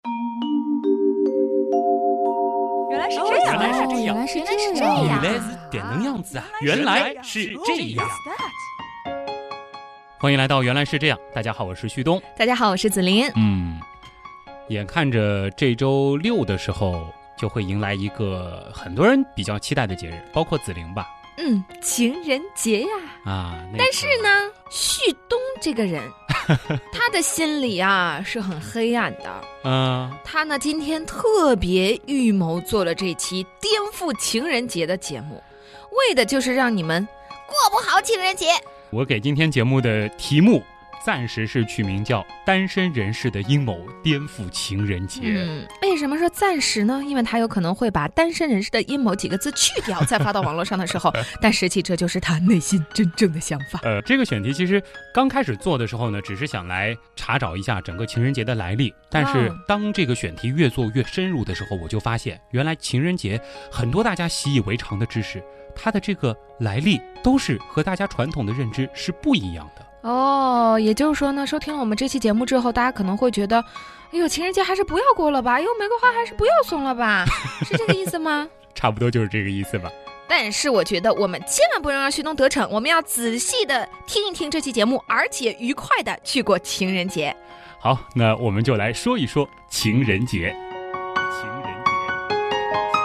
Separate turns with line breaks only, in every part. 哦 来是这
哦原
样，
来是
原来是
这
这
样。
哦原
样
来是这样子啊，原
原
来
来
是
是
这
这
样哦
样。
欢迎来到原来是这样，大家好，我是旭东。
大家好，我是子琳。
嗯，眼看着这周六的时候就会迎来一个很多人比较期待的节日，包括紫菱吧。
嗯，情人节呀、
啊，那个
但是呢，旭东这个人，他的心里啊是很黑暗的。
嗯、
他呢今天特别预谋做了这期颠覆情人节的节目，为的就是让你们过不好情人节。
我给今天节目的题目暂时是取名叫《单身人士的阴谋颠覆情人节》。
嗯，为什么说暂时呢？因为他有可能会把“单身人士的阴谋”几个字去掉，再发到网络上的时候，但实际这就是他内心真正的想法。
呃，这个选题其实刚开始做的时候呢，只是想来查找一下整个情人节的来历。但是
嗯
当这个选题越做越深入的时候，我就发现，原来情人节很多大家习以为常的知识，它的这个来历都是和大家传统的认知是不一样的。
哦，也就是说呢，收听了我们这期节目之后，大家可能会觉得，哎呦，情人节还是不要过了吧，哎呦，玫瑰花还是不要送了吧，是这个意思吗？
差不多就是这个意思吧。
但是我觉得我们千万不能让旭东得逞，我们要仔细的听一听这期节目，而且愉快的去过情人节。
好，那我们就来说一说情人节。情人节，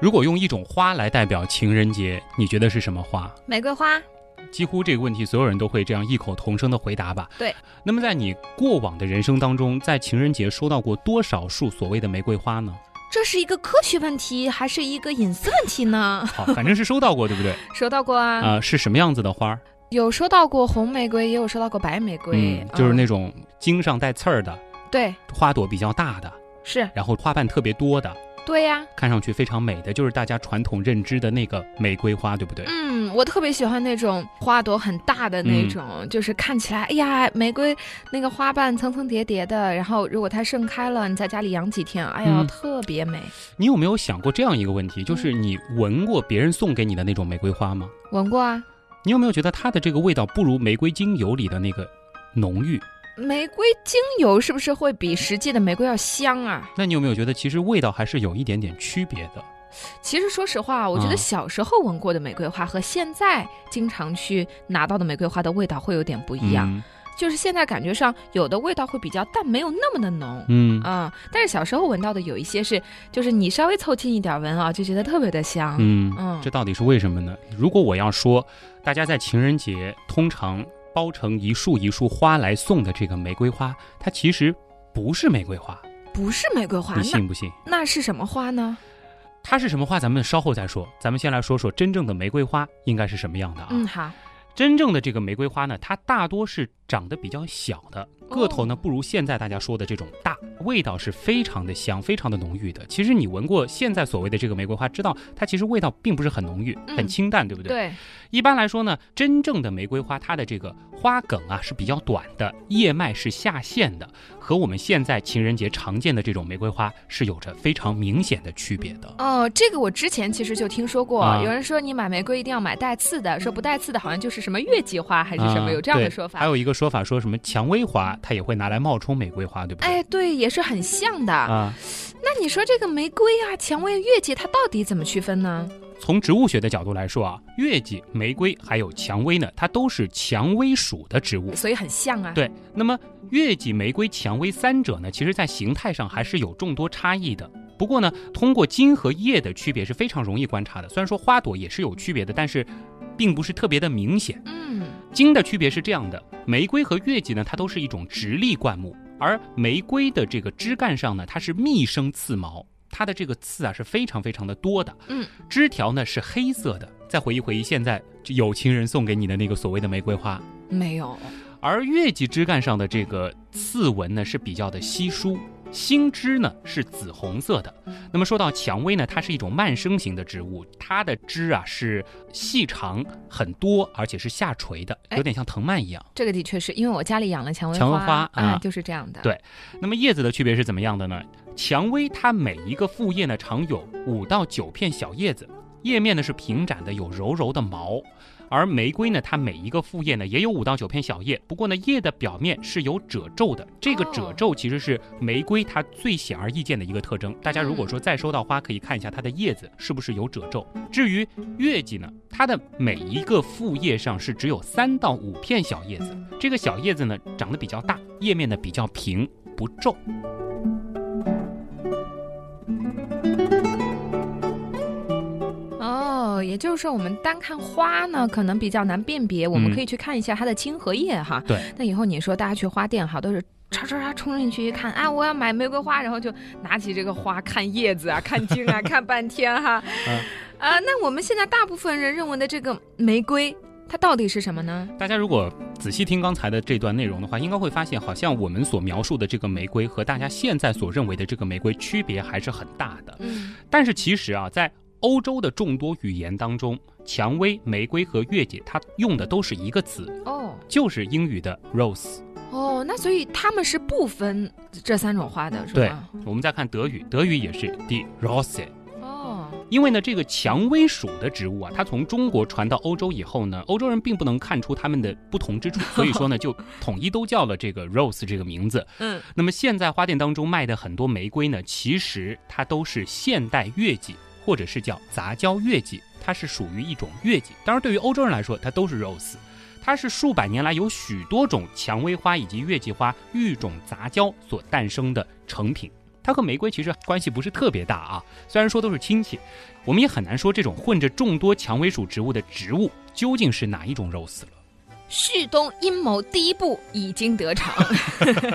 如果用一种花来代表情人节，你觉得是什么花？
玫瑰花，
几乎这个问题，所有人都会这样异口同声的回答吧？
对。
那么，在你过往的人生当中，在情人节收到过多少束所谓的玫瑰花 呢？
这是一个科学问题还是一个隐私问题呢？
好，反正是收到过，对不对？
收到过啊，
啊、是什么样子的花儿？
有收到过红玫瑰，也有收到过白玫瑰，
嗯，就是那
嗯
种茎上带刺儿的，
对，
花朵比较大的，
是
然后花瓣特别多的，
对呀、
看上去非常美的，就是大家传统认知的那个玫瑰花，对不对？
嗯，我特别喜欢那种花朵很大的
嗯
那种，就是看起来，哎呀，玫瑰那个花瓣层层叠叠的，然后如果它盛开了，你在家里养几天，哎呀，
嗯
特别美。
你有没有想过这样一个问
嗯
题，就是你闻过别人送给你的那种玫瑰花吗？
闻过啊，
你有没有觉得它的这个味道不如玫瑰精油里的那个浓郁？
玫瑰精油是不是会比实际的玫瑰要香啊？
那你有没有觉得其实味道还是有一点点区别的？
其实说实话，我觉得
嗯
小时候闻过的玫瑰花和现在经常去拿到的玫瑰花的味道会有点不一样，
嗯
就是现在感觉上有的味道会比较淡，没有那么的浓。
嗯，嗯
啊、但是小时候闻到的有一些是，就是你稍微凑近一点闻啊，就觉得特别的香。
嗯
嗯
这到底是为什么呢？如果我要说，大家在情人节通常包成一束一束花来送的这个玫瑰花，它其实不是玫瑰花，
不是玫瑰花，
你
那
信不信？
那是什么花呢？
它是什么花？咱们稍后再说。咱们先来说说真正的玫瑰花应该是什么样的啊？
嗯，好，
真正的这个玫瑰花呢，它大多是长得比较小的，个头呢
哦
不如现在大家说的这种大，味道是非常的香，非常的浓郁的。其实你闻过现在所谓的这个玫瑰花，知道它其实味道并不是很浓郁，
嗯
很清淡，对不对？。
对，
一般来说呢，真正的玫瑰花它的这个花梗啊是比较短的，叶脉是下陷的，和我们现在情人节常见的这种玫瑰花是有着非常明显的区别的。
哦，这个我之前其实就听说过，
啊
有人说你买玫瑰一定要买带刺的，说不带刺的好像就是什么月季花还是什么，
啊
有这样的
对
说法。
还有一个说法说什么蔷薇花，它也会拿来冒充玫瑰花，对不对？
哎，对，也是很像的。
啊，
那你说这个玫瑰啊、蔷薇、月季，它到底怎么区分呢？
从植物学的角度来说啊，月季、玫瑰还有蔷薇呢，它都是蔷薇属的植物。
所以很像啊。
对，那么月季、玫瑰、蔷薇三者呢，其实在形态上还是有众多差异的。不过呢，通过茎和叶的区别是非常容易观察的。虽然说花朵也是有区别的，但是并不是特别的明显。
嗯，
茎的区别是这样的：玫瑰和月季呢，它都是一种直立灌木，而玫瑰的这个枝干上呢，它是密生刺毛，它的这个刺啊是非常非常的多的。
嗯，
枝条呢是黑色的。再回忆回忆现在有情人送给你的那个所谓的玫瑰花，
没有。
而月季枝干上的这个刺纹呢是比较的稀疏，新枝呢是紫红色的。那么说到蔷薇呢，它是一种蔓生型的植物，它的枝啊是细长很多，而且是下垂的，
哎
有点像藤蔓一样。
这个的确是因为我家里养了蔷薇
蔷薇
花
花啊
就是这样的。
对那么叶子的区别是怎么样的呢？蔷薇它每一个副叶呢常有五到九片小叶子，叶面呢是平展的，有柔柔的毛。而玫瑰呢，它每一个副叶呢也有五到九片小叶，不过呢，叶的表面是有褶皱的。这个褶皱其实是玫瑰它最显而易见的一个特征。大家如果说再收到花，可以看一下它的叶子是不是有褶皱。至于月季呢，它的每一个副叶上是只有三到五片小叶子，这个小叶子呢长得比较大，叶面呢比较平，不皱。
哦，也就是说，我们单看花呢，可能比较难辨别。我们可以去看一下它的亲和叶哈。
嗯对
那以后你说大家去花店哈，都是唰唰唰冲进去一看，啊，我要买玫瑰花，然后就拿起这个花看叶子啊，看茎 啊，看半天哈。
嗯
啊，那我们现在大部分人认为的这个玫瑰，它到底是什么呢？
大家如果仔细听刚才的这段内容的话，应该会发现，好像我们所描述的这个玫瑰和大家现在所认为的这个玫瑰区别还是很大的。
嗯，
但是其实啊，在欧洲的众多语言当中，蔷薇、玫瑰和月季，它用的都是一个词，
哦
就是英语的 rose。
哦，那所以他们是不分这三种花的，是
对
吧？
我们再看德语，德语也是 die Rose。
哦，
因为呢，这个蔷薇属的植物啊，它从中国传到欧洲以后呢，欧洲人并不能看出它们的不同之处，所以说呢，就统一都叫了这个 rose 这个名字。
嗯，
那么现在花店当中卖的很多玫瑰呢，其实它都是现代月季，或者是叫杂交月季，它是属于一种月季。当然，对于欧洲人来说，它都是 rose。它是数百年来有许多种蔷薇花以及月季花育种杂交所诞生的成品。它和玫瑰其实关系不是特别大啊，虽然说都是亲戚，我们也很难说这种混着众多蔷薇属植物的植物究竟是哪一种 rose 了。
旭东阴谋第一步已经得逞。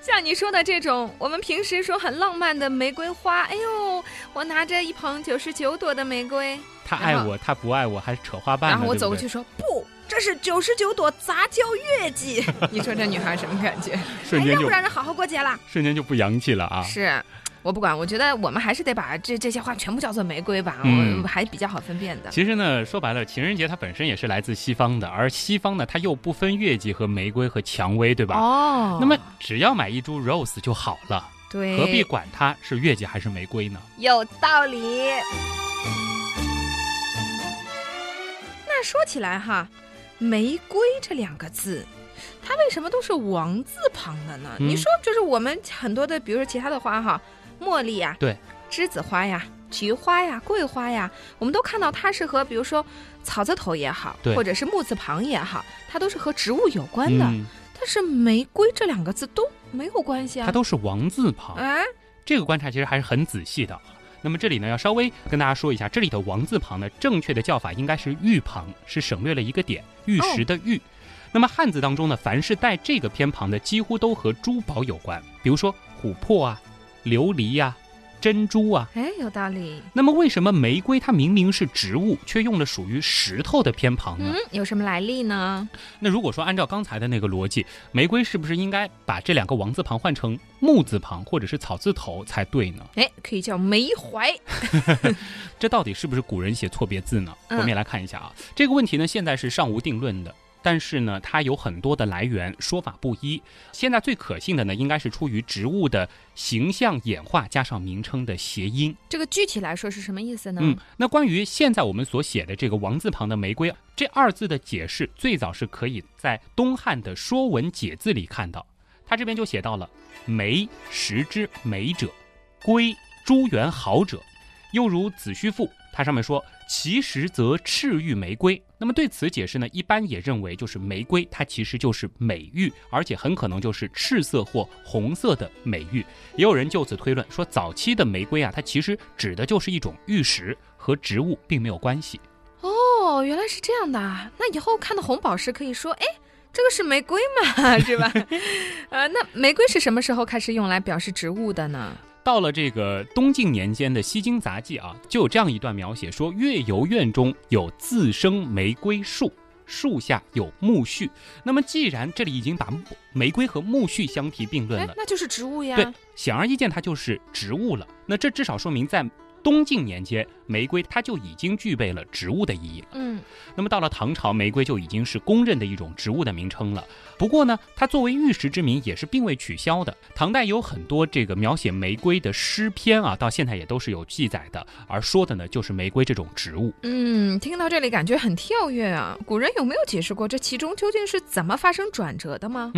像你说的这种，我们平时说很浪漫的玫瑰花，哎呦，我拿着一捧九十九朵的玫瑰，
他爱
然后
我，他不爱我，还是扯花瓣呢
然后我
对不
走过
对
去说不，这是九十九朵杂交月季。 你说这女孩什么感觉？
瞬
哎，
间
让
就
不让人好好过节了？
瞬间就不洋气了啊！
是。我不管，我觉得我们还是得把这这些花全部叫做玫瑰吧，
嗯
我还比较好分辨的。
其实呢，说白了，情人节它本身也是来自西方的，而西方呢，它又不分月季和玫瑰和蔷薇，对吧？
哦
那么只要买一株 rose 就好了，
对，
何必管它是月季还是玫瑰呢？
有道理。那说起来哈，玫瑰这两个字，它为什么都是王字旁的呢？
嗯
你说，就是我们很多的，比如说其他的花哈，茉莉呀，
对，
栀子花呀。菊花呀，桂花呀，我们都看到它是和比如说草字头也好
对，
或者是木字旁也好，它都是和植物有关的。
嗯，
但是玫瑰这两个字都没有关系啊。
它都是王字旁。
啊，
这个观察其实还是很仔细的。那么这里呢，要稍微跟大家说一下，这里的王字旁呢，正确的叫法应该是玉旁，是省略了一个点，玉石的玉。那么汉字当中呢，凡是带这个偏旁的，几乎都和珠宝有关，比如说琥珀啊、琉璃呀、珍珠啊。
哎，有道理。
那么为什么玫瑰它明明是植物，却用了属于石头的偏旁呢
嗯？，有什么来历呢？
那如果说按照刚才的那个逻辑，玫瑰是不是应该把这两个王字旁换成木字旁或者是草字头才对呢？
哎，可以叫梅槐。
这到底是不是古人写错别字呢？我
嗯
们也来看一下啊，这个问题呢，现在是尚无定论的。但是呢，它有很多的来源，说法不一。现在最可信的呢，应该是出于植物的形象演化加上名称的谐音。
这个具体来说是什么意思呢？
嗯，那关于现在我们所写的这个王字旁的玫瑰啊这二字的解释，最早是可以在东汉的《说文解字》里看到，他这边就写到了“梅，食之梅者，归朱元好者”，又如《子虚赋》，它上面说“其实则赤玉玫瑰”。那么对此解释呢，一般也认为就是玫瑰，它其实就是美玉，而且很可能就是赤色或红色的美玉。也有人就此推论说，早期的玫瑰啊，它其实指的就是一种玉石，和植物并没有关系。
哦，原来是这样的啊。那以后看到红宝石，可以说，哎，这个是玫瑰 嘛，是吧？呃，那玫瑰是什么时候开始用来表示植物的呢？
到了这个东晋年间的《西京杂记》啊，就有这样一段描写说，月游院中有自生玫瑰树，树下有苜蓿。那么既然这里已经把玫瑰和苜蓿相提并论
哎
了，，
那就是植物呀。
对，显而易见它就是植物了。那这至少说明在东晋年间，玫瑰它就已经具备了植物的意义了。
嗯
那么到了唐朝，玫瑰就已经是公认的一种植物的名称了。不过呢，它作为玉石之名也是并未取消的。唐代有很多这个描写玫瑰的诗篇啊，到现在也都是有记载的，而说的呢就是玫瑰这种植物。
嗯，听到这里感觉很跳跃啊！古人有没有解释过这其中究竟是怎么发生转折的吗？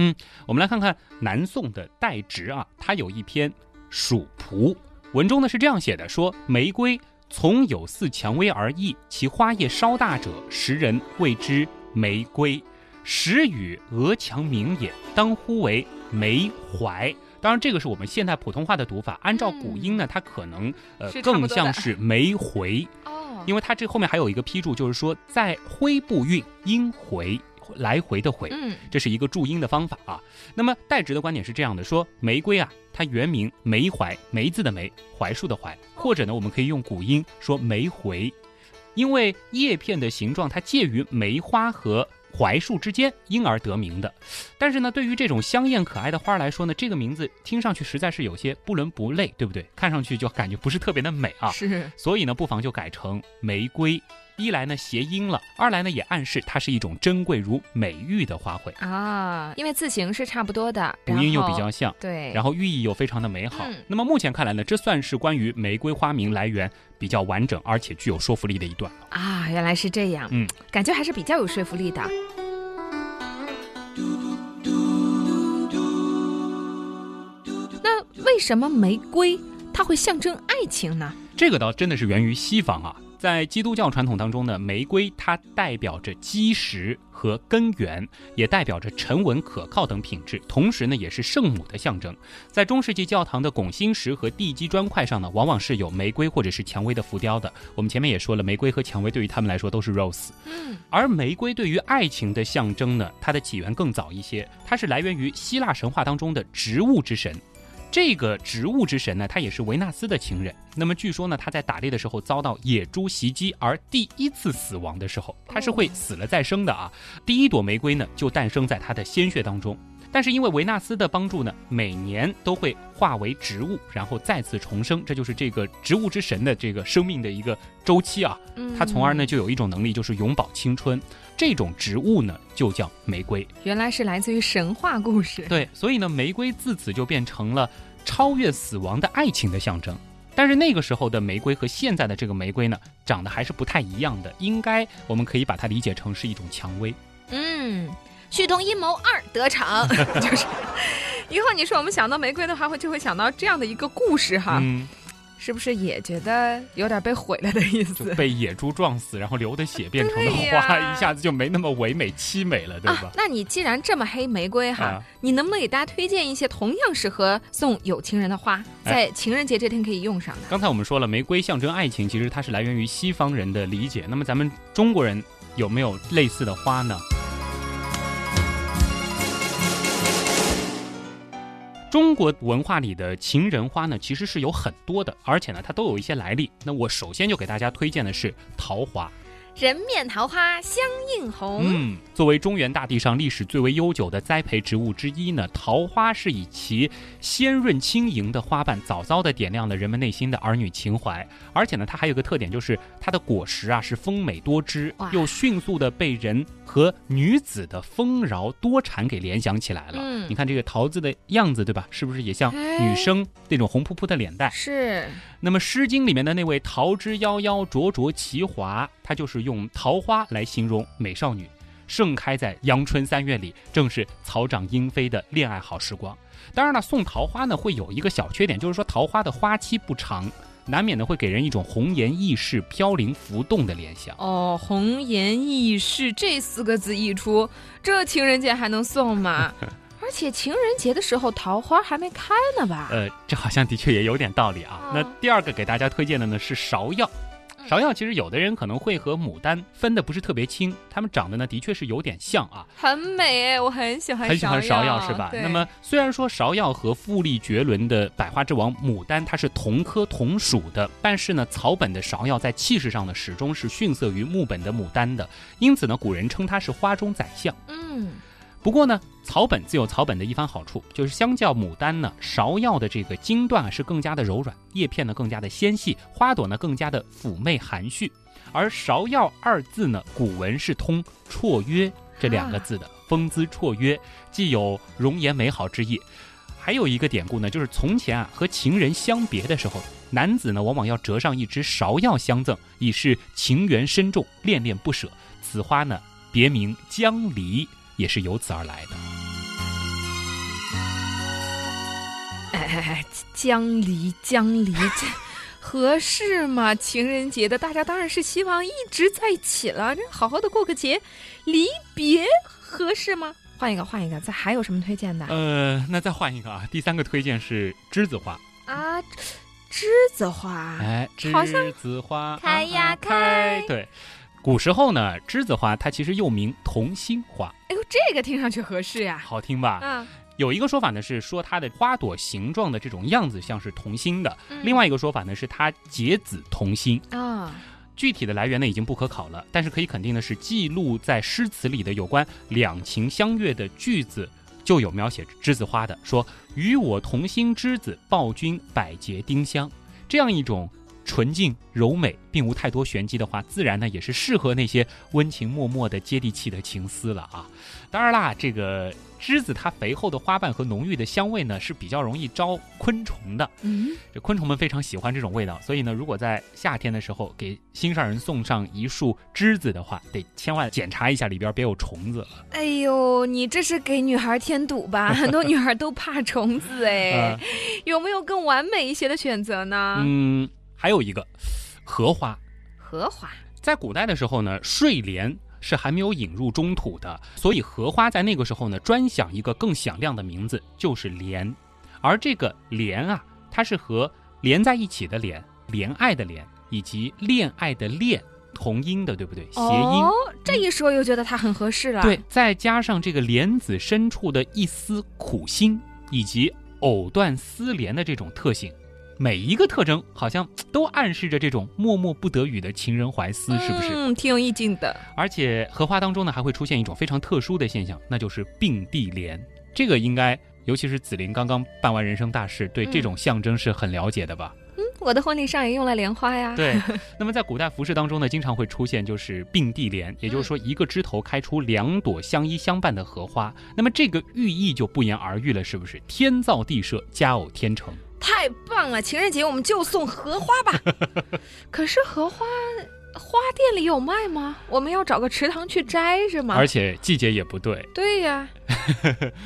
我们来看看南宋的戴植啊，他有一篇《蜀仆》，文中呢是这样写的：说玫瑰从有似蔷薇而异，其花叶稍大者，时人谓之玫瑰。时与额强名也，当呼为梅槐。当然，这个是我们现代普通话的读法。按照古音呢，它可能呃
是差不
更
多的
像是梅回，
哦
因为它这后面还有一个批注，就是说在徽部韵音回来回的回。
嗯
这是一个注音的方法啊。那么戴植的观点是这样的：说玫瑰啊，它原名梅槐，梅字的梅，槐树的槐，或者呢，我们可以用古音说梅槐，因为叶片的形状它介于梅花和槐树之间，因而得名的。但是呢，对于这种香艳可爱的花来说呢，这个名字听上去实在是有些不伦不类，对不对？看上去就感觉不是特别的美啊。
是
所以呢，不妨就改成玫瑰。一来呢谐音了，二来呢也暗示它是一种珍贵如美玉的花卉。
啊，因为字形是差不多的，
读音又比
然后
较像，
对，
然
后
后寓意又非常的美好
嗯。
那么目前看来呢，这算是关于玫瑰花名来源比较完整而且具有说服力的一段了。
啊，原来是这样，
嗯，
感觉还是比较有说服力的。那为什么玫瑰它会象征爱情呢？
这个倒真的是源于西方啊，在基督教传统当中呢，玫瑰它代表着基石和根源，也代表着沉稳可靠等品质，同时呢也是圣母的象征。在中世纪教堂的拱心石和地基砖块上呢，往往是有玫瑰或者是蔷薇的浮雕的。我们前面也说了，玫瑰和蔷薇对于他们来说都是 rose。
嗯，
而玫瑰对于爱情的象征呢，它的起源更早一些，它是来源于希腊神话当中的植物之神。这个植物之神呢，他也是维纳斯的情人。那么据说呢，他在打猎的时候遭到野猪袭击，而第一次死亡的时候，他是会死了再生的啊。第一朵玫瑰呢，就诞生在他的鲜血当中。但是因为维纳斯的帮助呢，每年都会化为植物，然后再次重生，这就是这个植物之神的这个生命的一个周期啊。它从而呢就有一种能力，就是永葆青春。这种植物呢就叫玫瑰。
嗯原来是来自于神话故事。
对，所以呢，玫瑰自此就变成了超越死亡的爱情的象征。但是那个时候的玫瑰和现在的这个玫瑰呢，长得还是不太一样的。应该我们可以把它理解成是一种蔷薇。
嗯，旭东阴谋二得 逞，就是以后你说我们想到玫瑰的话，会就会想到这样的一个故事哈，
嗯，
是不是也觉得有点被毁了的意
就
思？
被野猪撞死，然后流的血变成了
对
花，
呀
一下子就没那么唯美凄美了，对
啊
吧，？
那你既然这么黑玫瑰哈，
啊
你能不能给大家推荐一些同样适合送有情人的花，
哎
在情人节这天可以用上的？
刚才我们说了，玫瑰象征爱情，其实它是来源于西方人的理解。那么咱们中国人有没有类似的花呢？中国文化里的情人花呢，其实是有很多的，而且呢，它都有一些来历。那我首先就给大家推荐的是桃花。
人面桃花相映红，
嗯，作为中原大地上历史最为悠久的栽培植物之一呢，桃花是以其鲜润轻盈的花瓣，早早的点亮了人们内心的儿女情怀。而且呢，它还有一个特点，就是它的果实啊是丰美多汁
哇，
又迅速的被人和女子的丰饶多产给联想起来了。
嗯
你看这个桃子的样子，对吧？是不是也像女生那种红扑扑的脸蛋？
是
那么《诗经》里面的那位“桃之夭夭，灼灼其华”，他就是用桃花来形容美少女，盛开在阳春三月里，正是草长莺飞的恋爱好时光。当然了，送桃花呢会有一个小缺点，就是说桃花的花期不长，难免呢会给人一种红颜易逝、飘零浮动的联想。
哦，红颜易逝这四个字一出，这情人节还能送吗？ 而且情人节的时候桃花还没开呢吧？
呃，这好像的确也有点道理啊
哦。
那第二个给大家推荐的呢是芍药。
嗯
芍药其实有的人可能会和牡丹分的不是特别清，它们长得呢的确是有点像啊，
很美哎，我很喜欢
很喜欢芍
药
药是吧？
对
那么虽然说芍药和富丽绝伦的百花之王牡丹它是同科同属的，但是呢，草本的芍药在气势上呢始终是逊色于木本的牡丹的，因此呢，古人称它是花中宰相。
嗯，
不过呢，草本自有草本的一番好处，就是相较牡丹呢，芍药的这个茎段啊是更加的柔软，叶片呢更加的纤细，花朵呢更加的妩媚含蓄。而芍药二字呢，古文是通绰约这两个字的，风姿绰约，既有容颜美好之意。还有一个典故呢，就是从前啊和情人相别的时候，男子呢往往要折上一枝芍药相赠，以示情缘深重，恋恋不舍。此花呢别名江离，也是由此而来的。
哎，江离，江离，这 合适吗？情人节的，大家当然是希望一直在一起了，这好好的过个节，离别合适吗？换一个，换一个，咱还有什么推荐的、
呃，那再换一个啊，第三个推荐是栀子花。
啊？栀子花，
哎，
好像
栀子花
开呀
啊开
开
对，古时候呢，栀子花它其实又名同心花，
哎呦，这个听上去合适呀、
好听吧？
啊。
有一个说法呢是说它的花朵形状的这种样子像是同心的，
嗯
另外一个说法呢是它结子同心。
啊，
具体的来源呢已经不可考了，但是可以肯定的是，记录在诗词里的有关两情相悦的句子就有描写栀子花的，说“与我同心栀子，报君百结丁香”，这样一种纯净柔美，并无太多玄机的话，自然呢也是适合那些温情脉脉的接地气的情思了啊。当然啦，这个栀子它肥厚的花瓣和浓郁的香味呢是比较容易招昆虫的，
嗯，
这昆虫们非常喜欢这种味道，所以呢，如果在夏天的时候给心上人送上一束栀子的话，得千万检查一下里边别有虫子了。
哎呦，你这是给女孩添堵吧？ 很多女孩都怕虫子哎
呃，
有没有更完美一些的选择呢？
嗯，还有一个荷花，
荷花，
在古代的时候呢，睡莲是还没有引入中土的，所以荷花在那个时候呢，专享一个更响亮的名字，就是莲。而这个莲啊，它是和连在一起的莲、怜爱的怜以及恋爱的恋同音的，对不对？谐音。
哦，这一说又觉得它很合适了。
对，，再加上这个莲子深处的一丝苦心，以及藕断丝连的这种特性，每一个特征好像都暗示着这种默默不得语的情人怀思，是不是？
嗯，挺有意境的。
而且荷花当中呢，还会出现一种非常特殊的现象，那就是并蒂莲。这个应该，尤其是紫菱刚刚办完人生大事，对这
嗯
种象征是很了解的吧？
我的婚礼上也用了莲花 呀。
对，那么在古代服饰当中呢，经常会出现就是并蒂莲，也就是说一个枝头开出两朵相依相伴的荷花。那么这个寓意就不言而喻了，是不是？天造地设，佳偶天成。
太棒了！情人节我们就送荷花 吧。可是荷花花店里有卖吗？我们要找个池塘去摘是吗
而？且季节也不对，
对 呀、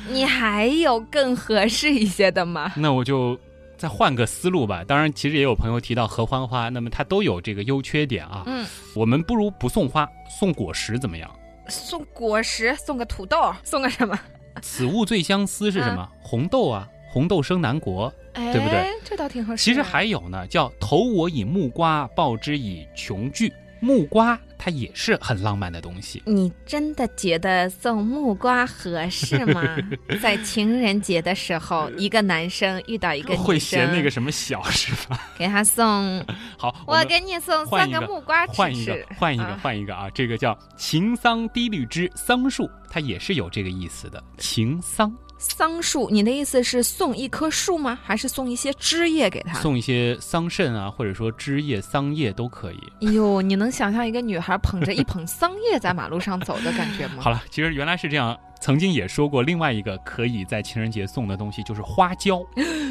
你还有更合适一些的吗？
那我就。再换个思路吧，当然，其实也有朋友提到合欢花，那么它都有这个优缺点啊。
嗯，
我们不如不送花，送果实怎么样？
送果实，送个土豆，送个什么？
此物最相思是什么？红豆啊，红豆生南国，
哎，
对不对？
这倒挺合适。
其实，还有呢，叫“投我以木瓜，报之以琼琚”。木瓜它也是很浪漫的东西。
你真的觉得送木瓜合适 吗？在情人节的时候，一个男生遇到一个女生，
会嫌那个什么小是吧？
给他送，
好，我
我
们
给你送
换
三
一
个
个
木瓜吃吃。
换一个，换一个，
啊
换一个啊！这个叫“情桑低绿枝”，桑树它也是有这个意思的。情桑
桑树，你的意思是送一棵树吗？还是送一些枝叶给他？
送一些桑葚啊，或者说枝叶、桑叶都可以。
哎呦，你能想象一个女孩捧着一捧桑叶在马路上走的感觉吗？
好了，其实原来是这样。曾经也说过，另外一个可以在情人节送的东西就是花椒。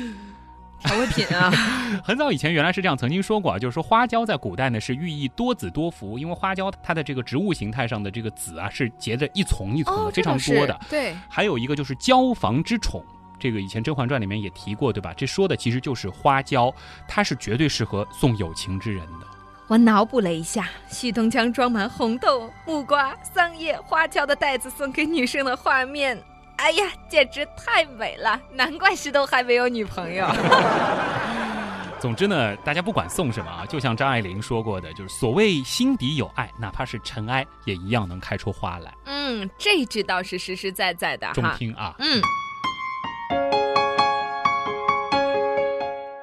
调味品啊，
很早以前原来是这样，曾经说过啊，就是说花椒在古代呢是寓意多子多福，因为花椒它的这个植物形态上的这个子啊是结着一丛一丛的，
哦，
非
这
常
倒
多
是
的。
对，
还有一个就是椒房之宠，这个以前《甄嬛传》里面也提过，对吧？这说的其实就是花椒，它是绝对适合送有情之人的。
我脑补了一下，旭东将装满红豆、木瓜、桑叶、花椒的袋子送给女生的画面。哎呀，简直太美了！难怪旭东还没有女朋友。
总之呢，大家不管送什么啊，就像张爱玲说过的，就是所谓心底有爱，哪怕是尘埃，也一样能开出花来。
嗯，这句倒是实实在在的
中
哈。
听啊，
嗯。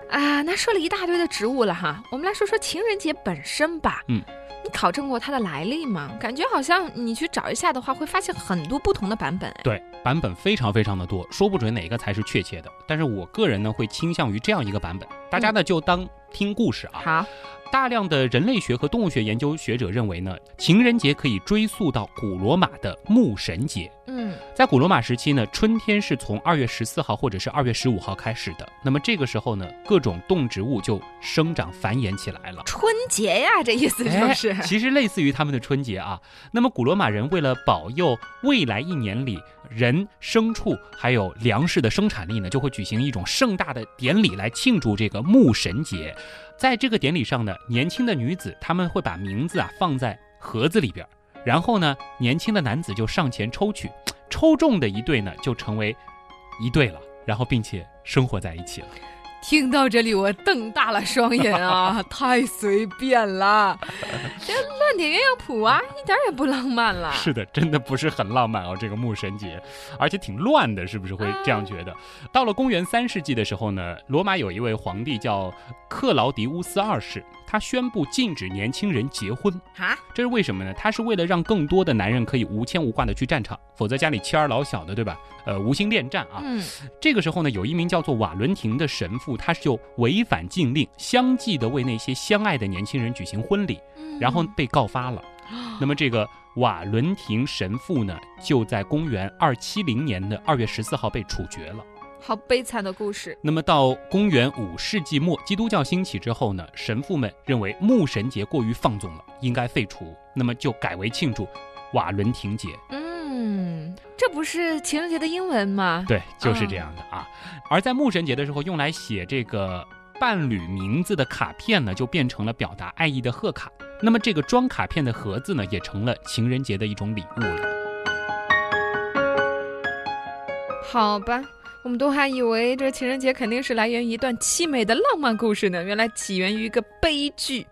啊，那说了一大堆的植物了哈，我们来说说情人节本身吧。
嗯，
你考证过它的来历吗？感觉好像你去找一下的话，会发现很多不同的版本。哎
对，版本非常非常的多，说不准哪个才是确切的。但是我个人呢，会倾向于这样一个版本，大家呢就当听故事啊。
好，
大量的人类学和动物学研究学者认为呢，情人节可以追溯到古罗马的牧神节。
嗯
在古罗马时期呢，春天是从二月十四号或者是二月十五号开始的。那么这个时候呢，各种动植物就生长繁衍起来了，。
春节呀，这意思 就是。
哎其实类似于他们的春节啊。那么古罗马人为了保佑未来一年里人、牲畜还有粮食的生产力呢，就会举行一种盛大的典礼来庆祝这个牧神节。在这个典礼上呢，年轻的女子她们会把名字啊放在盒子里边儿，然后呢，年轻的男子就上前抽取，抽中的一对呢就成为一对了，然后并且生活在一起了。
听到这里，我瞪大了双 眼啊，太随便了，这乱点鸳鸯谱啊，一点也不浪漫了。
是的，真的不是很浪漫哦，这个牧神节，而且挺乱的，是不是会这样觉得？到了公元三世纪的时候呢，罗马有一位皇帝叫克劳迪乌斯二世，他宣布禁止年轻人结婚，
啊，
这是为什么呢？他是为了让更多的男人可以无牵无挂的去战场，否则家里妻儿老小的，对吧？呃，无心恋战啊。
嗯，
这个时候呢，有一名叫做瓦伦廷的神父，他就违反禁令，相继的为那些相爱的年轻人举行婚礼，
嗯
然后被告发了。那么这个瓦伦廷神父呢，就在公元二七零年的二月十四号被处决了。
好悲惨的故事，
那么到公元五世纪末，基督教兴起之后呢，神父们认为牧神节过于放纵了，应该废除，那么就改为庆祝瓦伦廷节。
嗯，这不是情人节的英文吗？
对，就是这样的啊。而在牧神节的时候，用来写这个伴侣名字的卡片呢，就变成了表达爱意的贺卡。那么这个装卡片的盒子呢，也成了情人节的一种礼物了。
好吧，我们都还以为这情人节肯定是来源于一段凄美的浪漫故事呢，原来起源于一个悲剧。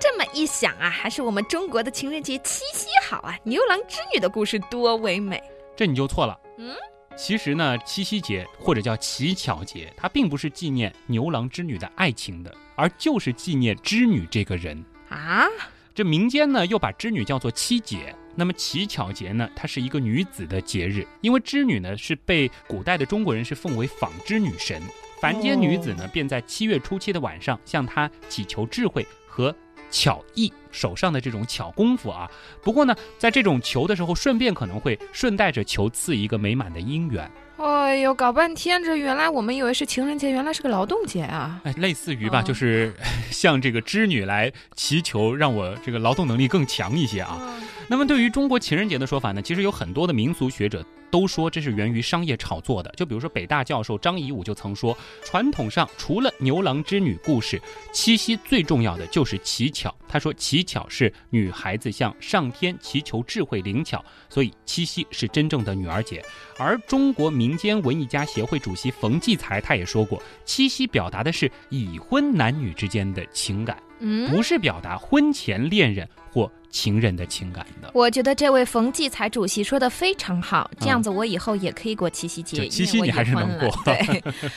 这么一想啊，还是我们中国的情人节七夕好啊，牛郎织女的故事多唯美。
这你就错了。
嗯。
其实呢，七夕节或者叫乞巧节，它并不是纪念牛郎织女的爱情的，而就是纪念织女这个人。
啊，
这民间呢又把织女叫做七姐。那么乞巧节呢，它是一个女子的节日，因为织女呢是被古代的中国人是奉为纺织女神，凡间女子呢便在七月初七的晚上向她祈求智慧和。巧艺手上的这种巧功夫啊，不过呢，在这种求的时候，顺便可能会顺带着求赐一个美满的姻缘，
哎呦，搞半天这原来我们以为是情人节，原来是个劳动节啊。
哎，类似于吧，
哦
就是 向这个织女来祈求，让我这个劳动能力更强一些啊。
哦
那么对于中国情人节的说法呢，其实有很多的民俗学者都说这是源于商业炒作的。就比如说北大教授张颐武就曾说，传统上除了牛郎织女故事，七夕最重要的就是乞巧。他说乞巧是女孩子向上天祈求智慧灵巧，所以七夕是真正的女儿节。而中国民间文艺家协会主席冯骥才他也说过，七夕表达的是已婚男女之间的情感，
嗯，
不是表达婚前恋人或情人的情感的。
我觉得这位冯骥才主席说的非常好，这样子我以后也可以过七夕
嗯
节，
就
因为
七夕
我
你
已
还是
婚
能
了
过
对。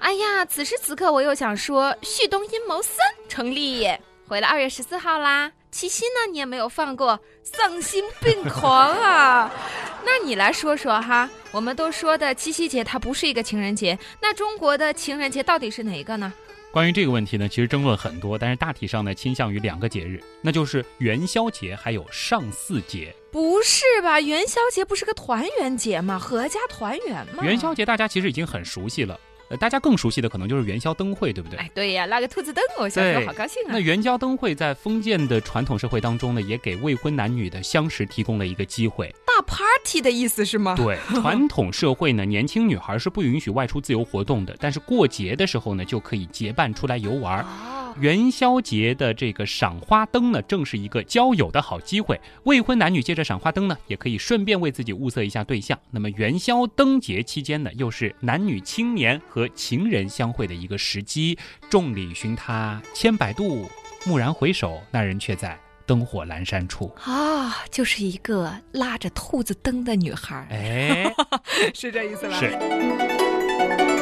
哎呀，此时此刻我又想说，旭东阴谋三成立耶，回了二月十四号啦。七夕呢，你也没有放过，丧心病狂啊！ 那你来说说哈，我们都说的七夕节它不是一个情人节，那中国的情人节到底是哪一个呢？
关于这个问题呢，其实争论很多，但是大体上呢，倾向于两个节日，那就是元宵节还有上巳节。
不是吧？元宵节不是个团圆节吗？合家团圆吗？
元宵节大家其实已经很熟悉了，呃，大家更熟悉的可能就是元宵灯会，对不对？
哎，对呀，拉个兔子灯，我小时候
对
好高兴啊
那。元宵灯会在封建的传统社会当中呢，也给未婚男女的相识提供了一个机会。
大 party 的意思是吗？
对，传统社会呢，年轻女孩是不允许外出自由活动的，但是过节的时候呢，就可以结伴出来游玩儿。
哦，
元宵节的这个赏花灯呢，正是一个交友的好机会。未婚男女借着赏花灯呢，也可以顺便为自己物色一下对象。那么元宵灯节期间呢，又是男女青年和情人相会的一个时机。众里寻他千百度，蓦然回首，那人却在灯火阑珊处。
啊，就是一个拉着兔子灯的女孩儿，
哎，
是这意思吧？
是。嗯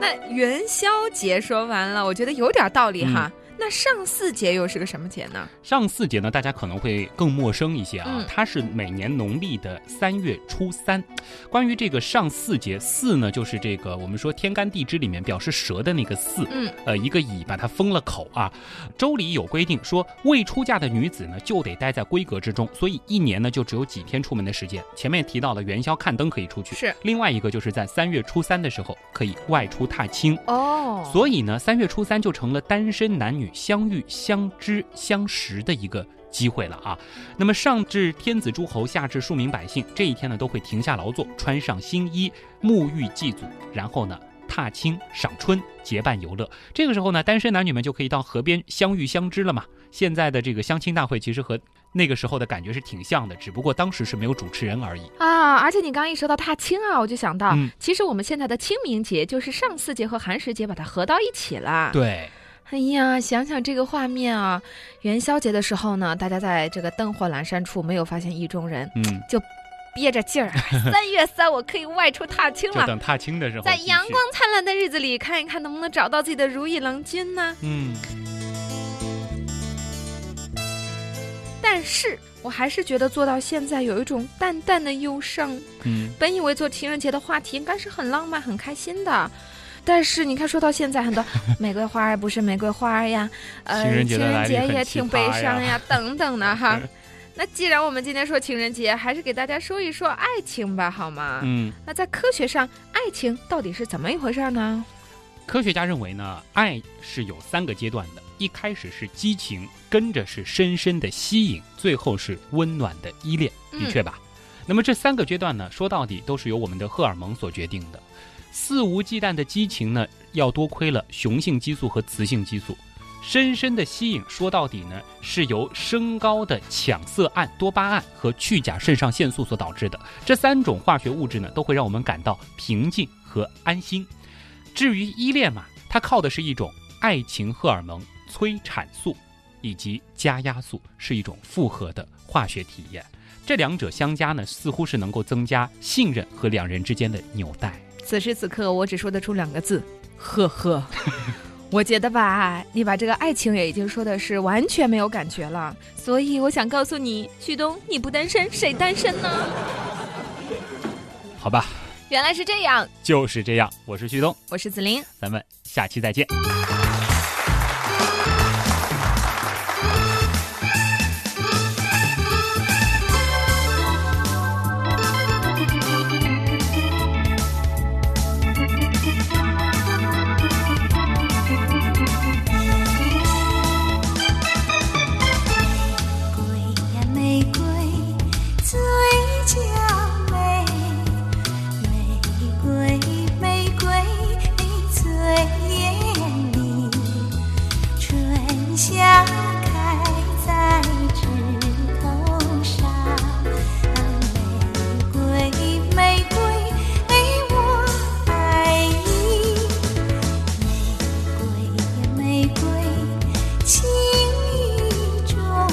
那元宵节说完了，我觉得有点道理哈。那上巳节又是个什么节呢？
上巳节呢，大家可能会更陌生一些啊，
嗯
它是每年农历的三月初三。关于这个上巳节，巳呢就是这个我们说天干地支里面表示蛇的那个巳，
嗯，
呃，一个乙把它封了口啊。周礼有规定说，未出嫁的女子呢就得待在闺阁之中，所以一年呢就只有几天出门的时间。前面提到了元宵看灯可以出去，
是
另外一个就是在三月初三的时候可以外出踏青。
哦，
所以呢，三月初三就成了单身男女相遇、相知、相识的一个机会了啊。那么上至天子诸侯，下至庶民百姓，这一天呢都会停下劳作，穿上新衣，沐浴祭祖，然后呢。踏青、赏春、结伴游乐，这个时候呢，单身男女们就可以到河边相遇相知了嘛。现在的这个相亲大会其实和那个时候的感觉是挺像的，只不过当时是没有主持人而已。
啊，而且你刚刚一说到踏青啊，我就想到，
嗯
其实我们现在的清明节就是上巳节和寒食节把它合到一起了。
对，
哎呀，想想这个画面啊，元宵节的时候呢，大家在这个灯火阑珊处没有发现意中人，
嗯，
憋着劲儿，啊 三月三我可以外出踏青
就
了。
等踏青的时候，
啊在阳光，灿烂的日子里，看一看能不能找到自己的如意郎君呢？
嗯。
但是我还是觉得做到现在有一种淡淡的忧伤。
嗯
本以为做情人节的话题应该是很浪漫、很开心的，但是你看，说到现在， 很多玫瑰花儿不是玫瑰花儿呀，呃，
情
情
人
人
节的来历
节
很
也
奇
挺
葩
悲
呀
伤呀，等等的啊 哈。那既然我们今天说情人节，还是给大家说一说爱情吧，好吗？
嗯，
那在科学上，爱情到底是怎么一回事儿呢？
科学家认为呢，爱是有三个阶段的，一开始是激情，跟着是深深的吸引，最后是温暖的依恋，
嗯
的确吧？那么这三个阶段呢，说到底都是由我们的荷尔蒙所决定的。肆无忌惮的激情呢，要多亏了雄性激素和雌性激素。深深的吸引，说到底呢，是由升高的羟色胺、多巴胺和去甲肾上腺素所导致的。这三种化学物质呢，都会让我们感到平静和安心。至于依恋嘛，它靠的是一种爱情荷尔蒙催产素以及加压素，是一种复合的化学体验。这两者相加呢，似乎是能够增加信任和两人之间的纽带。
此时此刻，我只说得出两个字：呵 呵。我觉得吧，你把这个爱情也已经说的是完全没有感觉了，所以我想告诉你，旭东，你不单身，谁单身呢？
好吧，
原来是这样，
就是这样。我是旭东，
我是子琳。
咱们下期再见。
cây là玫瑰最娇美，玫瑰玫瑰你最艳丽，春夏开在枝头上，玫瑰玫瑰我爱你。玫瑰，玫瑰，情意重；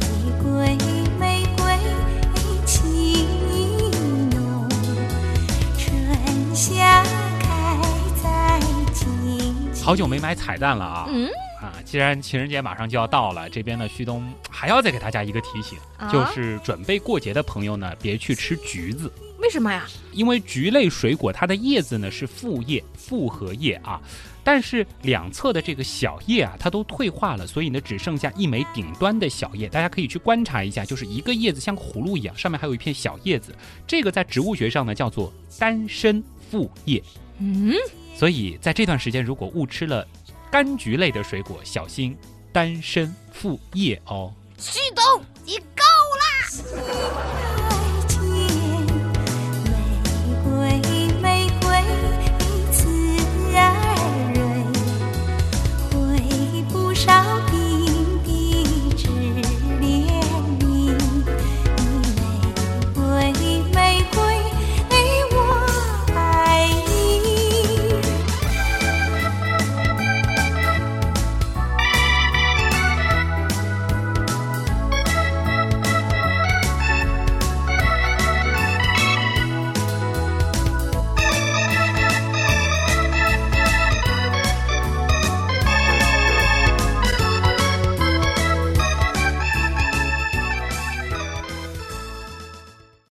玫瑰，玫瑰，情意浓。春夏开在金。
好久没买彩蛋了啊！
嗯
啊，既然情人节马上就要到了，这边呢，旭东还要再给大家一个提醒，
啊
就是准备过节的朋友呢，别去吃橘子。
为什么呀？
因为橘类水果它的叶子呢是复叶、复合叶啊，但是两侧的这个小叶啊，它都退化了，所以呢只剩下一枚顶端的小叶。大家可以去观察一下，就是一个叶子像葫芦一样，上面还有一片小叶子，这个在植物学上呢叫做单身复叶。
嗯，
所以在这段时间，如果误吃了柑橘类的水果，小心单身复叶哦。
旭东，你够了！